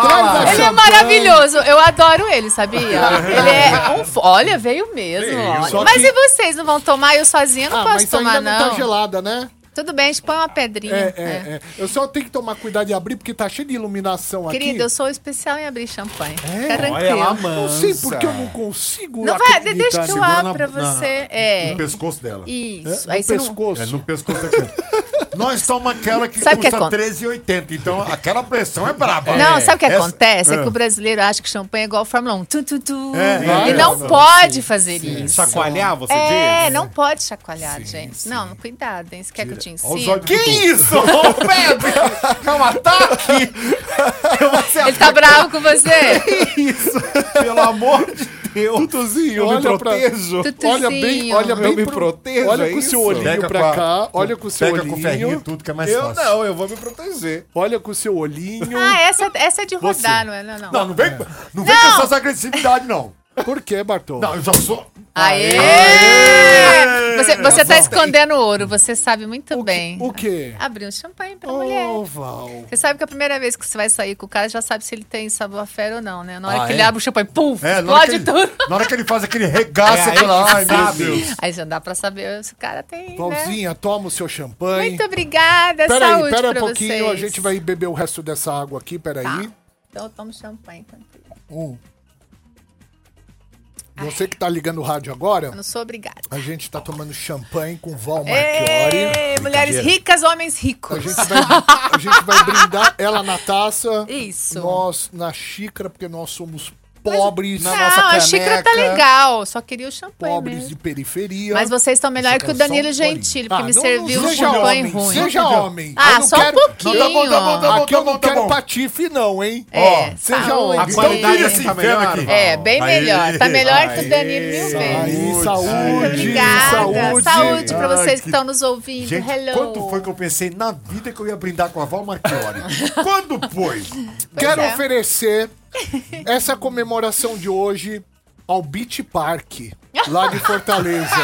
Traz a Ele é champanhe. maravilhoso, eu adoro ele, *laughs* sabia? Ele é um. fo- Olha, veio mesmo. olha. só Mas que- e vocês não vão tomar? Eu sozinha não Ah, posso mas tomar, ainda não não. tá gelada, né? Tudo bem, a gente põe uma pedrinha. É, é. é, é. Eu só tenho que tomar cuidado de abrir, porque tá cheio de iluminação Querido, eu aqui. É? sou especial em abrir champanhe. Fica Olha lá, tá tranquilo. mano. Não sei porque eu não consigo Não vai, acreditar deixa que eu nisso. Segura abro na- pra na- você. É. No pescoço dela. Isso. No Aí você não. pescoço. É, no pescoço daquele. Nós estamos aquela que Sabe o que custa acon- 13,80. Então aquela pressão é braba. Não, sabe o que Essa- acontece? É que Ah. o brasileiro acha que champanhe é igual Fórmula 1. Tu, tu, tu. É, e é, não não, pode fazer isso. Chacoalhar, você É, diz? não pode chacoalhar, gente. Não, cuidado, hein? Você quer que eu te Olha os ensine? olhos do Dudu. isso? Ô, Pedro! É um ataque! Ele tá bravo com você? *laughs* Pelo amor de Deus! Tutuzinho, olha pra... Tutuzinho. Olha bem, olha bem Eu me protejo, Olha é com o seu isso? olhinho Pega pra com a- cá, olha com o seu Pega com ferrinho e olhinho, tudo que é mais Eu fácil. não, eu vou me proteger. olha com o seu olhinho. *laughs* Ah, essa, essa é de rodar, Você. não é? Não, não. Não, não vem, não vem com essas agressividades, não. Por que, Bartô? Não, eu já sou. Aê! Você, você tá escondendo ouro, você sabe muito bem. O quê? Abrir um champanhe pra Ô, mulher. Val. Você sabe que a primeira vez que você vai sair com o cara, já sabe se ele tem sabuafera ou não, né? Na hora Ah, que é? ele abre o champanhe, pum, É, na hora, que explode ele, tudo. na hora que ele faz aquele regaço, É, eu falo, aí ai meu sabe. Deus. Aí já dá pra saber se o cara tem, né? Valzinha, toma o seu champanhe. Muito obrigada, Peraí, saúde pera um pra pouquinho, vocês. a gente vai beber o resto dessa água aqui, peraí. Tá. Então eu tomo champanhe. enquanto isso. Um. Você que tá ligando o rádio agora, Eu não sou obrigada. a gente tá tomando champanhe com Val Marchiori. Ei, mulheres ricas, homens A ricos. gente, vai, a gente vai brindar ela na taça, Isso. nós na xícara, porque nós somos pobres, Não, nossa a xícara tá caneca. legal. Só queria o champanhe pobres mesmo. de periferia. Mas vocês estão melhor Essa é que o canção Danilo pode. Gentili, porque um Ah, me não- serviu não um seja champanhe homem, ruim. Seja homem. Ah, Eu não só um quero- pouquinho. Não, tá bom, tá bom, tá bom. Aqui eu não tá quero bom. patife, não, hein? É, seja saúde. homem. A Então tira esse Tá inferno melhor, aqui. Val? É, bem Aí. melhor. Tá melhor que o Danilo mil vezes. Aí, saúde, Obrigada. saúde. Saúde pra Ai, vocês que- que estão nos ouvindo. Gente, Hello. quanto foi que eu pensei na vida que eu ia brindar com a Val *laughs* Marchiori? quando foi? Quero é. oferecer essa comemoração de hoje ao Beach Park, lá de *laughs* Fortaleza.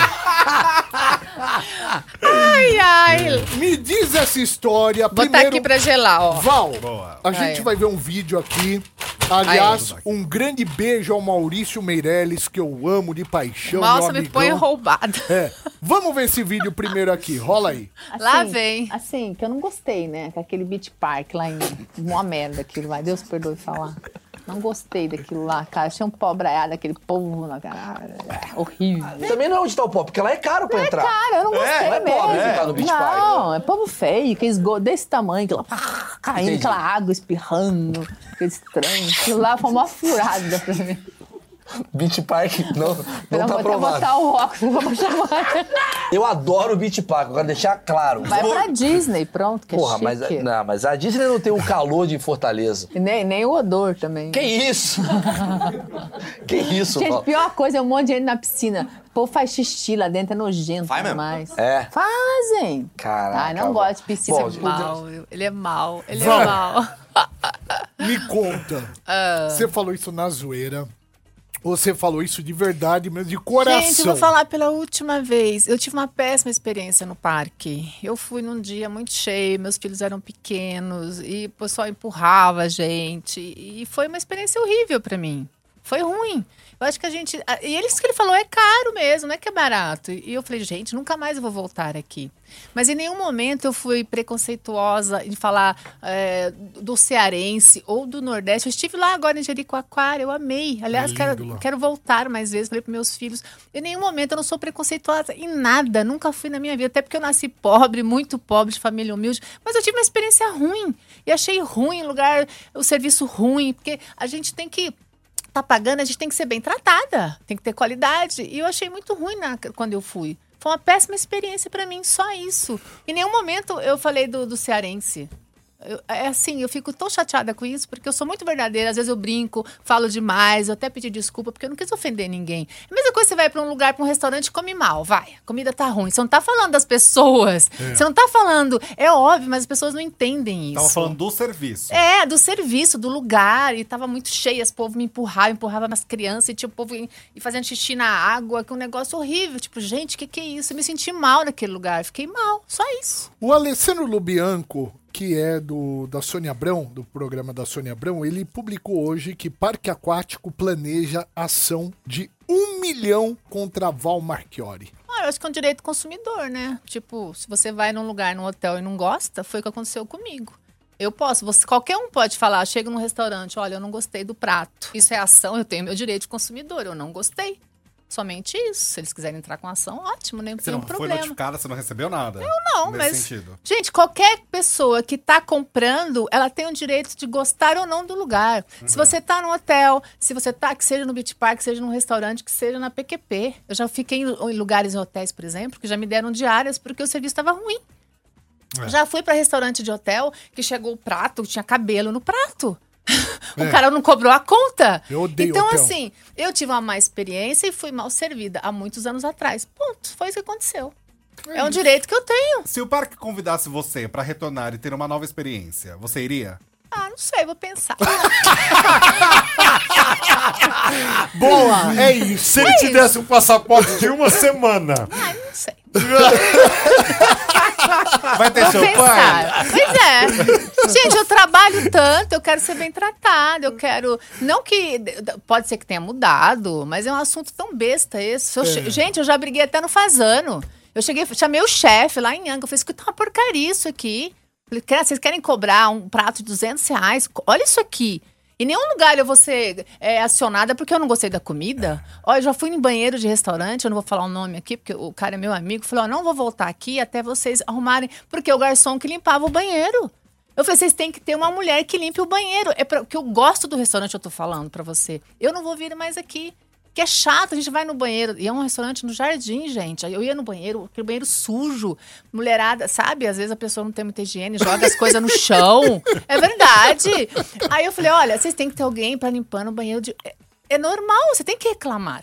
Ai, ai. Me diz essa história. Botar tá aqui pra gelar, ó. Val, a gente Aí. vai ver um vídeo aqui. Aliás, um grande beijo ao Maurício Meirelles, que eu amo de paixão. Nossa, meu me põe amigão. roubada. É. Vamos ver esse vídeo primeiro aqui. Rola aí. Lá vem. Assim, que eu não gostei, né? Aquele beach park lá em. Uma merda aquilo lá. Deus perdoe falar. Não gostei daquilo lá, cara. Achei um pobraiado, aquele povo na cara. É, horrível. Também não é onde tá o pop, porque lá é caro pra entrar. Cara, eu não gostei não é mesmo. pobre ficar no beach park, né? não, é povo feio, que esgoto desse tamanho, que lá pá, caindo, Entendi. aquela água espirrando, aquele estranho. Aquilo lá foi uma furada pra mim. Beach Park não, não eu tá vou até aprovado. botar o óculos, eu vou chamar. Eu adoro Beach Park, eu quero deixar claro. Vai pra Disney, pronto, que Porra, é mas, chique. não, mas a Disney não tem o calor de Fortaleza. E Nem, nem o odor também. *laughs* Que isso? que isso, Gente, Paulo? pior coisa é um monte de gente na piscina. O povo faz xixi lá dentro, é nojento Vai mesmo? demais. É. Fazem. Caraca, Ai, não Val. gosto de piscina. Bom, Mal, ele é mal, ele Vai. é mal. Me conta. Ah. Você falou isso na zoeira. Ou Você falou isso de verdade mesmo, de coração. Gente, eu vou falar pela última vez. Eu tive uma péssima experiência no parque. Eu fui num dia muito cheio, meus filhos eram pequenos e o pessoal empurrava a gente. E foi uma experiência horrível pra mim. Foi ruim. Eu acho que a gente. a- E eles que ele falou é caro mesmo, não é que é barato. E eu falei, gente, nunca mais eu vou voltar aqui. Mas em nenhum momento eu fui preconceituosa em falar é, do cearense ou do Nordeste. Eu estive lá agora em Jericoacoara, eu amei. Aliás, quero, quero voltar mais vezes, falei para meus filhos. Em nenhum momento eu não sou preconceituosa em nada, nunca fui na minha vida. Até porque eu nasci pobre, muito pobre, de família humilde. Mas eu tive uma experiência ruim. E achei ruim o lugar, o serviço ruim. Porque a gente tem que tá pagando, a gente tem que ser bem tratada, tem que ter qualidade. E eu achei muito ruim na- quando eu fui. Foi uma péssima experiência pra mim, só isso. Em nenhum momento eu falei do, do cearense. Eu- é assim, eu fico tão chateada com isso, porque eu sou muito verdadeira. Às vezes eu brinco, falo demais, eu até pedi desculpa, porque eu não quis ofender ninguém. É A mesma coisa você vai pra um lugar, pra um restaurante e come mal, vai. A comida tá ruim. Você não tá falando das pessoas. Você não tá falando. É óbvio, mas as pessoas não entendem Tá isso. Tava falando do serviço. É, do serviço, do lugar. E tava muito cheio, as povo me empurrava, empurrava nas crianças, e tinha o povo em- e fazendo xixi na água, que é um negócio horrível. Tipo, gente, o que, que é isso? Eu me senti mal naquele lugar, fiquei mal, só isso. O Alessandro Lubianco, que é do da Sônia Abrão, do programa da Sônia Abrão, ele publicou hoje que Parque Aquático planeja ação de um milhão contra Val Marchiori. Ah, eu acho que é um direito consumidor, né? Tipo, se você vai num lugar, num hotel e não gosta, foi o que aconteceu comigo. Eu posso, você, qualquer um pode falar, chega num restaurante, olha, eu não gostei do prato. Isso é ação, eu tenho meu direito de consumidor, eu não gostei. Somente isso. Se eles quiserem entrar com ação, ótimo, nem Você tem não um foi problema. notificada, você não recebeu nada. Eu Não, Nesse mas. sentido. Gente, qualquer pessoa que tá comprando, ela tem o direito de gostar ou não do lugar. Se Uhum. você tá num hotel, se você tá, que seja no Beach Park, que seja num restaurante, que seja na PQP. Eu já fiquei em, em lugares, em hotéis, por exemplo, que já me deram diárias porque o serviço estava ruim. É. Já fui para restaurante de hotel que chegou o prato, tinha cabelo *laughs* no prato. o cara não cobrou a conta. É. Eu odeio então, hotel. assim, eu tive uma má experiência e fui mal servida há muitos anos atrás. Ponto. Foi isso que aconteceu. É, um direito que eu tenho. Se o parque convidasse você pra retornar e ter uma nova experiência, você iria? Ah, não sei, vou pensar. Boa, é isso. Se ele te desse um passaporte de uma semana. Ai, Ah, não sei. Ah, Vai ter Vou champanhe? pensar. Pois é. Gente, eu trabalho tanto, eu quero ser bem tratada, eu quero. Não que. Pode ser que tenha mudado, mas é um assunto tão besta esse. Eu che- Gente, eu já briguei até no Fazano. Eu cheguei, chamei o chefe lá em Angra, eu falei, escuta uma porcaria isso aqui. Falei, cara, vocês querem cobrar um prato de 200 reais? Co- Olha isso aqui. Em nenhum lugar eu vou ser é, acionada porque eu não gostei da comida. Ó, eu já fui em banheiro de restaurante, eu não vou falar o nome aqui, porque o cara é meu amigo. Falei, ó, não vou voltar aqui até vocês arrumarem, porque é o garçom que limpava o banheiro. Eu falei, vocês têm que ter uma mulher que limpe o banheiro. É pra, que eu gosto do restaurante, eu tô falando pra você. Eu não vou vir mais aqui. Que é chato, a gente vai no banheiro. E é um restaurante no jardim, gente. Aí eu ia no banheiro, aquele banheiro sujo, mulherada, sabe? Às vezes a pessoa não tem muita higiene, joga as coisas no chão. É verdade. Aí eu falei: olha, vocês têm que ter alguém pra limpar no banheiro. De... É, é normal, você tem que reclamar.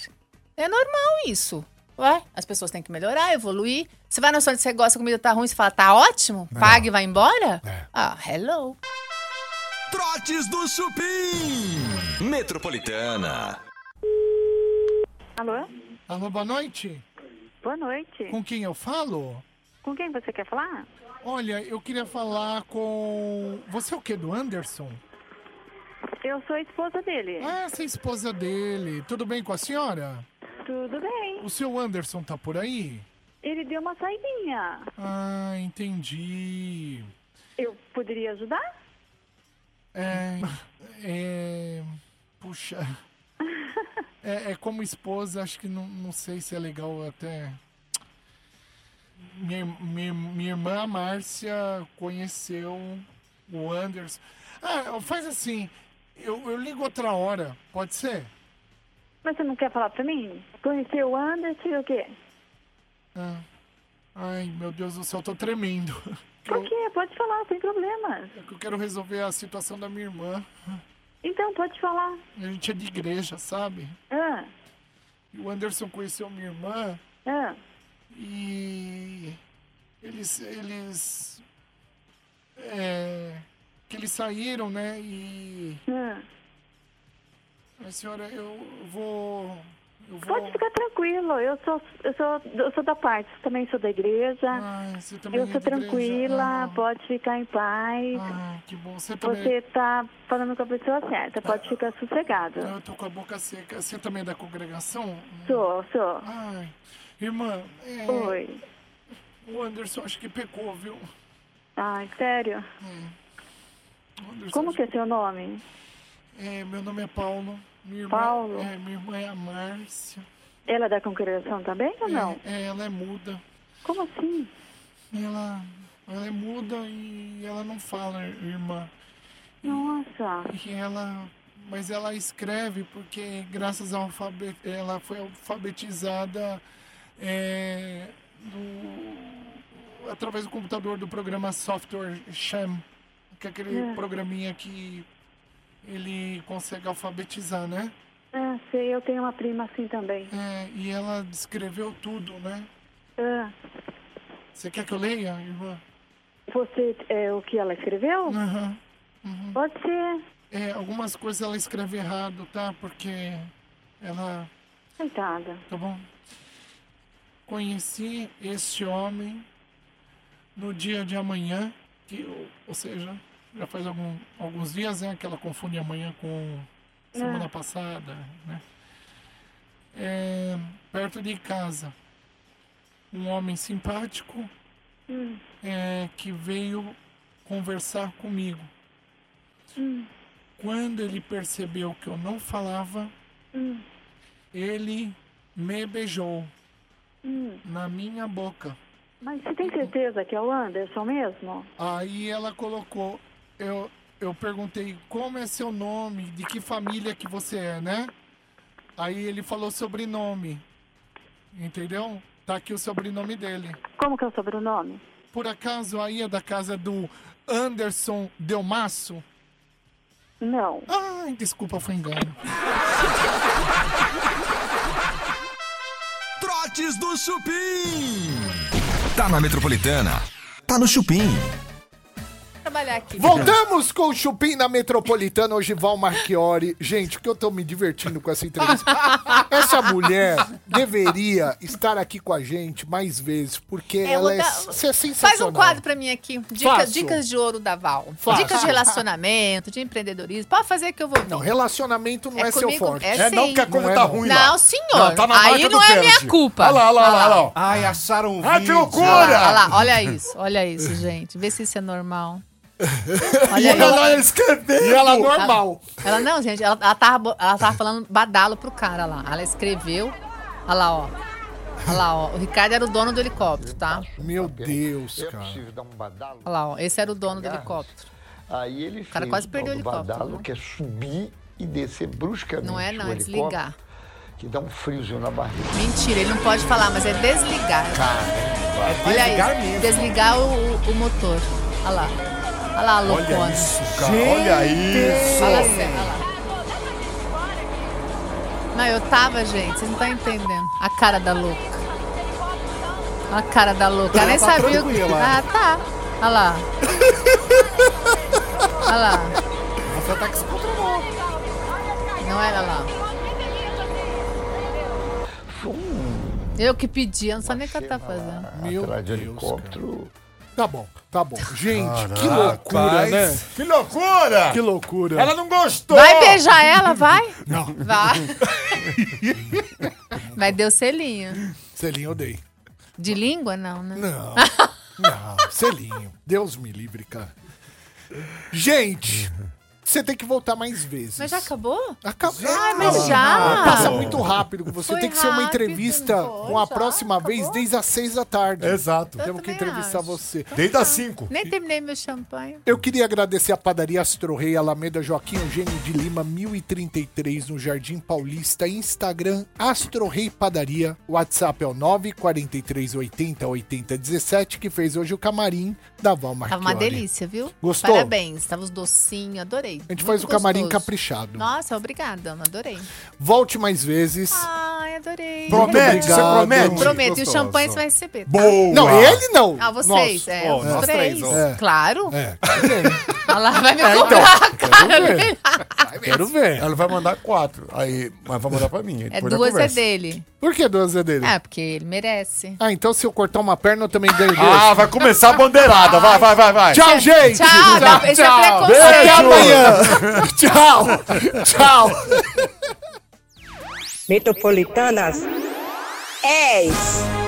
É normal isso. Ué, as pessoas têm que melhorar, evoluir. Você vai no restaurante, você gosta, a comida tá ruim, você fala, tá ótimo? Paga e vai embora? Ah, hello. Trotes do Chupim. Metropolitana. Alô? Alô, boa noite. Boa noite. Com quem eu falo? Com quem você quer falar? Olha, eu queria falar com. Você é o quê? Do Anderson? Eu sou a esposa dele. Ah, essa é a esposa dele. Tudo bem com a senhora? Tudo bem. O seu Anderson tá por aí? Ele deu uma saidinha. Ah, entendi. Eu poderia ajudar? É. é puxa. É, é como esposa, acho que não, não sei se é legal até. Minha, minha, minha irmã Márcia conheceu o Anderson. Ah, faz assim. Eu, eu ligo outra hora, pode ser? Mas você não quer falar pra mim? Conheceu o Anderson e o quê? Ah. Ai, meu Deus do céu, eu tô tremendo. É Por quê? Pode falar, sem problemas. Eu quero resolver a situação da minha irmã. Então, pode falar. A gente é de igreja, sabe? Ah, E o Anderson conheceu minha irmã ah. e eles. eles. É, que eles saíram, né? E. Ah. Ai, senhora, eu vou. Eu Pode vou. ficar tranquilo. Eu sou, eu sou, eu sou da parte. Também sou da igreja. Ai, você também eu é sou da igreja? tranquila. Ah. Pode ficar em paz. Ah, que bom. Você também. Você tá falando com a pessoa certa, pode ficar sossegado. Ah, Eu tô com a boca seca. Você também é da congregação? Sou, sou. Ai, irmã, Ah, é, Hum. Oi. o Anderson acho que pecou, viu? Ai, sério? Ah. O Anderson Como que é seu nome? É, meu nome é Paulo. Minha irmã, Paulo? É, minha irmã é a Márcia. Ela é da congregação também ou não? É, é, ela é muda. Como assim? Ela, ela é muda e ela não fala, irmã. Nossa. E ela, mas ela escreve porque graças ao alfabe- ela foi alfabetizada é, do- através do computador do programa Software Sham, que é aquele programinha que ele consegue alfabetizar, né? Ah, sei, eu tenho uma prima assim também. É, e ela descreveu tudo, né? Ah, Você quer que eu leia, irmã? você, é o que ela escreveu? Aham. Pode ser. É, algumas coisas ela escreve errado, tá? Porque ela. Coitada. Tá bom? Conheci este homem no dia de amanhã, que, ou- ou seja, já faz algum, alguns dias, né? Que ela confunde amanhã com semana passada, né? É, perto de casa. Um homem simpático é, que veio conversar comigo. Quando ele percebeu que eu não falava, ele me beijou na minha boca. Mas você tem certeza que é o Anderson mesmo? Aí ela colocou, eu, eu perguntei como é seu nome, de que família que você é, né? Aí ele falou sobrenome, entendeu? Tá aqui o sobrenome dele. Como que é o sobrenome? Por acaso aí é da casa do Anderson Delmasso? Não. Ai, desculpa, foi engano. Trotes do Chupim. Tá na Metropolitana. Tá no Chupim. Tá trabalhar aqui. Voltamos com o Chupim na Metropolitana, hoje Val Marchiori. Gente, o que eu tô me divertindo com essa entrevista. Essa mulher deveria estar aqui com a gente mais vezes, porque É, ela vou é, dar- s- é sensacional. Faz um quadro pra mim aqui. Dica- Faço. dicas de ouro da Val. Faço. Dicas de relacionamento, de empreendedorismo. Pode fazer que eu vou. Não, relacionamento não é, seu comigo? forte. É, sim. é, não. Não, senhor. Não, tá na Aí marca não do é pênalti. minha culpa. Olha lá, olha lá, olha lá, ó. Ai, acharam um Ah, vídeo. Olha lá, olha lá, olha isso, *laughs* olha isso, gente. Vê se isso é normal. E ela escreveu. E ela é normal. Ela não, gente, ela, ela, tava, bo- ela tava falando badalo pro cara lá. Ela escreveu. Olha lá, ó. Olha lá, ó. O Ricardo era o dono do helicóptero, tá? Meu Deus, Eu preciso dar um badalo. Olha lá, ó. Esse era o dono do helicóptero. Aí ele fez cara quase tal perdeu o do helicóptero, badalo, né? que é subir e descer bruscamente Não é, não, o é helicóptero, desligar. Que dá um friozinho na barriga. Mentira, ele não pode falar, mas é desligar. Caramba. Olha Desligar aí, mesmo. desligar o, o- o motor. Olha lá. Olha lá, a loucona. Olha isso, cara. Olha isso. Olha lá, Sé, olha lá. Não, Ah, eu tava, gente, vocês não estão entendendo. A cara da louca. Olha A cara da louca. Ela Ela nem tá sabia o que. tranquila. Ah, tá. Olha lá. Olha lá. Você tá que se controlou. Não era lá. Eu que pedi, eu não sabia nem o que ela tá fazendo. Meu Atrás de helicóptero. Tá bom, tá bom. Gente, que Caraca, loucura, mas- né? Que loucura! Que loucura. Ela não gostou! Vai beijar ela, vai? Não. Vai. Mas deu selinho. Selinho eu dei. De língua, não, né? Não. Não, selinho. Deus me livre, cara. Gente, você tem que voltar mais vezes. Mas já acabou? Acabou. Ai, mas já. Passa muito rápido. Você Foi tem que ser uma rápido, entrevista com a próxima vez desde as seis da tarde. Exato. Eu Temos que também entrevistar acho. você. Desde as cinco. Nem terminei meu champanhe. Eu queria agradecer a padaria Astro Rei Alameda Joaquim Eugênio de Lima, 1033, no Jardim Paulista. Instagram, Astro Rei Padaria. WhatsApp é o 943808017, que fez hoje o camarim da Val Tava Marchiori. uma delícia, viu? Gostou? Parabéns, tava os docinhos, adorei. A gente faz o camarim caprichado. Nossa, obrigada, Ana, adorei. Volte mais vezes. Ai, adorei. Promete? Você promete? Prometo, e o Gostoso. champanhe você vai receber. tá? Boa! Não, ele não. Ah, vocês, Nossa. é, Ó, os nós três. três, ó. Claro. É. *laughs* Olha lá, vai me É, então. cobrar, cara. Quero ver. Quero ver. Ela vai mandar quatro. Aí, mas vai mandar pra mim. É depois da duas é conversa. dele. Por que duas é dele? Ah, porque ele merece. Ah, então se eu cortar uma perna, eu também ganho duas. Ah, vai começar a bandeirada. Vai, vai, vai, vai. Tchau, gente. Tchau, não, esse é preconceito. Até Beijo. amanhã. Tchau. *laughs* Tchau. Metropolitanas 10.